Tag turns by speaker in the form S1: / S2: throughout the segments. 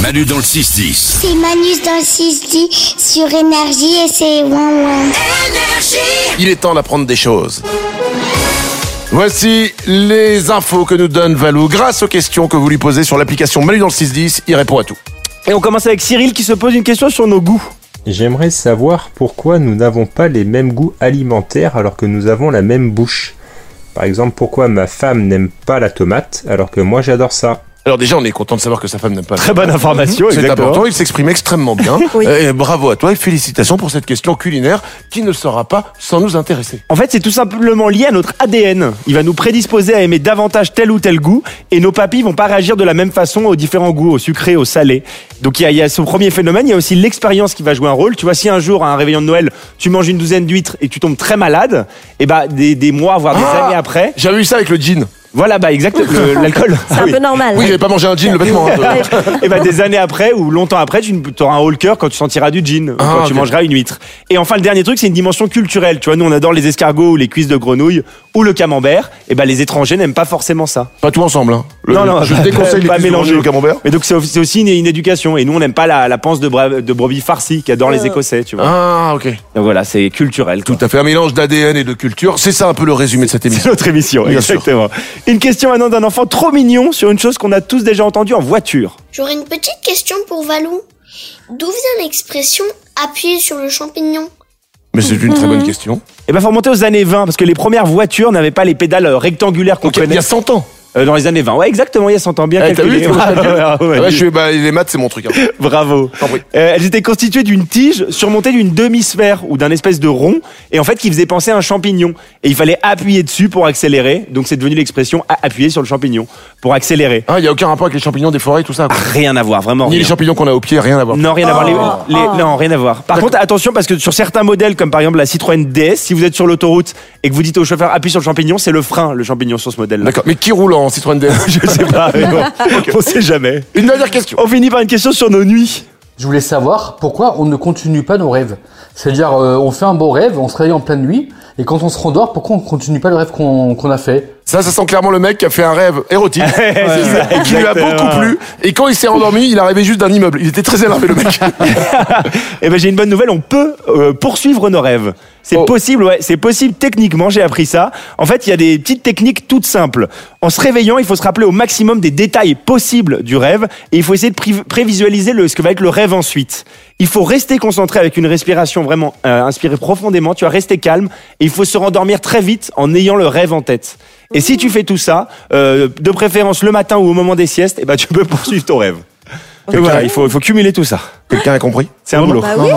S1: Manu dans le 6-10.
S2: C'est Manus dans le 6 sur Énergie et c'est Ouin Ouin.
S3: Il est temps d'apprendre des choses. Voici les infos que nous donne Valou. Grâce aux questions que vous lui posez sur l'application Manu dans le 610, il répond à tout.
S4: Et on commence avec Cyril qui se pose une question sur nos goûts.
S5: J'aimerais savoir pourquoi nous n'avons pas les mêmes goûts alimentaires alors que nous avons la même bouche. Par exemple, pourquoi ma femme n'aime pas la tomate alors que moi j'adore ça.
S3: Alors déjà, on est content de savoir que sa femme n'aime pas.
S4: Très bonne information,
S3: C'est
S4: exactement.
S3: important, il s'exprime extrêmement bien. Et bravo à toi et félicitations pour cette question culinaire qui ne sera pas sans nous intéresser.
S4: En fait, c'est tout simplement lié à notre ADN. Il va nous prédisposer à aimer davantage tel ou tel goût, et nos papilles vont pas réagir de la même façon aux différents goûts, au sucré, au salé. Donc il y, a- il y a ce premier phénomène, il y a aussi l'expérience qui va jouer un rôle. Tu vois, si un jour, à un réveillon de Noël, tu manges une douzaine d'huîtres et que tu tombes très malade, et bah des, des mois, voire des
S3: Ah
S4: années après,
S3: J'avais eu ça avec le jean.
S4: voilà, bah exactement, le- l'alcool. Ah
S6: C'est un peu normal.
S3: Ah Oui, j'avais pas mangé un jean, le vêtement. hein.
S4: Et bah des années après ou longtemps après, tu auras un haut le cœur quand tu sentiras du gin, ou
S3: Ah,
S4: quand tu
S3: ok.
S4: mangeras une huître. Et enfin le dernier truc, c'est une dimension culturelle. Tu vois, nous on adore les escargots ou les cuisses de grenouille ou le camembert. Et bah les étrangers n'aiment pas forcément ça.
S3: Pas tout ensemble. Hein. Le-
S4: Non, non,
S3: je
S4: pas-
S3: déconseille
S4: pas
S3: les cuisses de
S4: mélanger.
S3: grenouille au camembert.
S4: Mais donc c'est au- c'est aussi une, une éducation. Et nous on n'aime pas la, la panse de, bra- de brebis farcie qu'adorent les Écossais. Tu vois.
S3: Euh. Ah, ok.
S4: Donc voilà, c'est culturel. quoi.
S3: Tout à fait un mélange d'ADN et de culture. C'est ça un peu le résumé de cette
S4: C'est
S3: émission.
S4: notre émission,
S3: Bien sûr.
S4: exactement. Une question maintenant d'un enfant trop mignon sur une chose qu'on a tous déjà entendue en voiture.
S2: J'aurais une petite question pour Valou. D'où vient l'expression appuyer sur le champignon
S3: Mais c'est une très bonne question.
S4: Et ben faut remonter aux années 20 parce que les premières voitures n'avaient pas les pédales euh, rectangulaires qu'on
S3: Ok, Il
S4: connaît.
S3: y a 100 ans.
S4: Euh, dans les années 20. Ouais, exactement, il y a 100 ans. Bien
S3: Eh, t'as
S4: calculé.
S3: vu, t'as vu,
S4: Ah ouais, ouais,
S3: Ah
S4: ouais,
S3: ouais, je suis- bah, les maths, c'est mon truc. hein.
S4: Bravo.
S3: T'en prie.
S4: Euh, elles étaient constituées d'une tige surmontée d'une demi-sphère ou d'un espèce de rond et en fait qui faisait penser à un champignon. Et il fallait appuyer dessus pour accélérer. Donc c'est devenu l'expression à appuyer sur le champignon pour accélérer.
S3: Ah, il y a aucun rapport avec les champignons des forêts, tout ça. quoi.
S4: Rien à voir, vraiment.
S3: Ni les
S4: Rien.
S3: champignons qu'on a au pied, rien à voir.
S4: Ah, Non, rien à voir. Les- les-
S6: oh.
S4: Non, rien à voir. Par contre, attention parce que sur certains modèles, comme par exemple la Citroën DS, si vous êtes sur l'autoroute et que vous dites au chauffeur appuie sur le champignon, c'est le frein, le champignon sur ce modèle-là.
S3: D'accord. Mais qui roule en Citroën DS
S4: Je sais pas, mais bon, on sait jamais.
S3: Une dernière question.
S4: On finit par une question sur nos nuits.
S7: Je voulais savoir pourquoi on ne continue pas nos rêves. C'est-à-dire, euh, on fait un beau rêve, on se réveille en pleine nuit, et quand on se rendort, pourquoi on continue pas le rêve qu'on qu'on a fait
S3: Ça, ça sent clairement le mec qui a fait un rêve érotique.
S4: ça,
S3: Et qui lui a
S4: exactement.
S3: beaucoup plu. Et quand il s'est endormi, il a rêvé juste d'un immeuble. Il était très énervé, le mec.
S4: Eh ben j'ai une bonne nouvelle, on peut euh, poursuivre nos rêves. C'est
S3: Oh.
S4: possible, ouais, c'est possible techniquement, j'ai appris ça. En fait, il y a des petites techniques toutes simples. En se réveillant, il faut se rappeler au maximum des détails possibles du rêve et il faut essayer de pré- prévisualiser le, ce que va être le rêve ensuite. Il faut rester concentré avec une respiration vraiment euh, inspirée profondément, tu vas rester calme et il faut se rendormir très vite en ayant le rêve en tête. Et si tu fais tout ça, euh, de préférence le matin ou au moment des siestes, eh ben tu peux poursuivre ton rêve. Et voilà, il faut, il faut cumuler tout ça.
S3: Quelqu'un a compris
S4: C'est un boulot.
S6: Bah oui.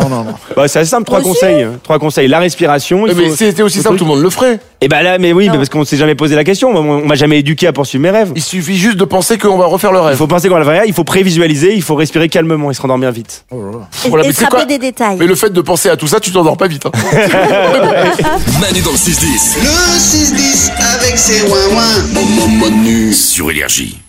S4: Bah, c'est assez simple, trois
S6: Aussi.
S4: conseils. hein. Trois conseils. La respiration.
S3: Mais si c'était aussi simple, tout le monde le ferait.
S4: Et bah là, mais oui,
S6: Non.
S4: mais parce qu'on s'est jamais posé la question. On, on m'a jamais éduqué à poursuivre mes rêves.
S3: Il suffit juste de penser qu'on va refaire le
S4: Il
S3: rêve.
S4: faut penser qu'on la il faut prévisualiser, il faut respirer calmement et se rendormir vite.
S6: Et,
S3: Voilà,
S6: et
S3: mais
S6: se
S3: c'est quoi
S6: rappeler des détails.
S3: Mais le fait de penser à tout ça, tu t'endors pas vite. hein.
S1: Manu dans le 6-10.
S8: Le 6-10 avec ses ouin-ouin.
S1: Manu sur Énergie.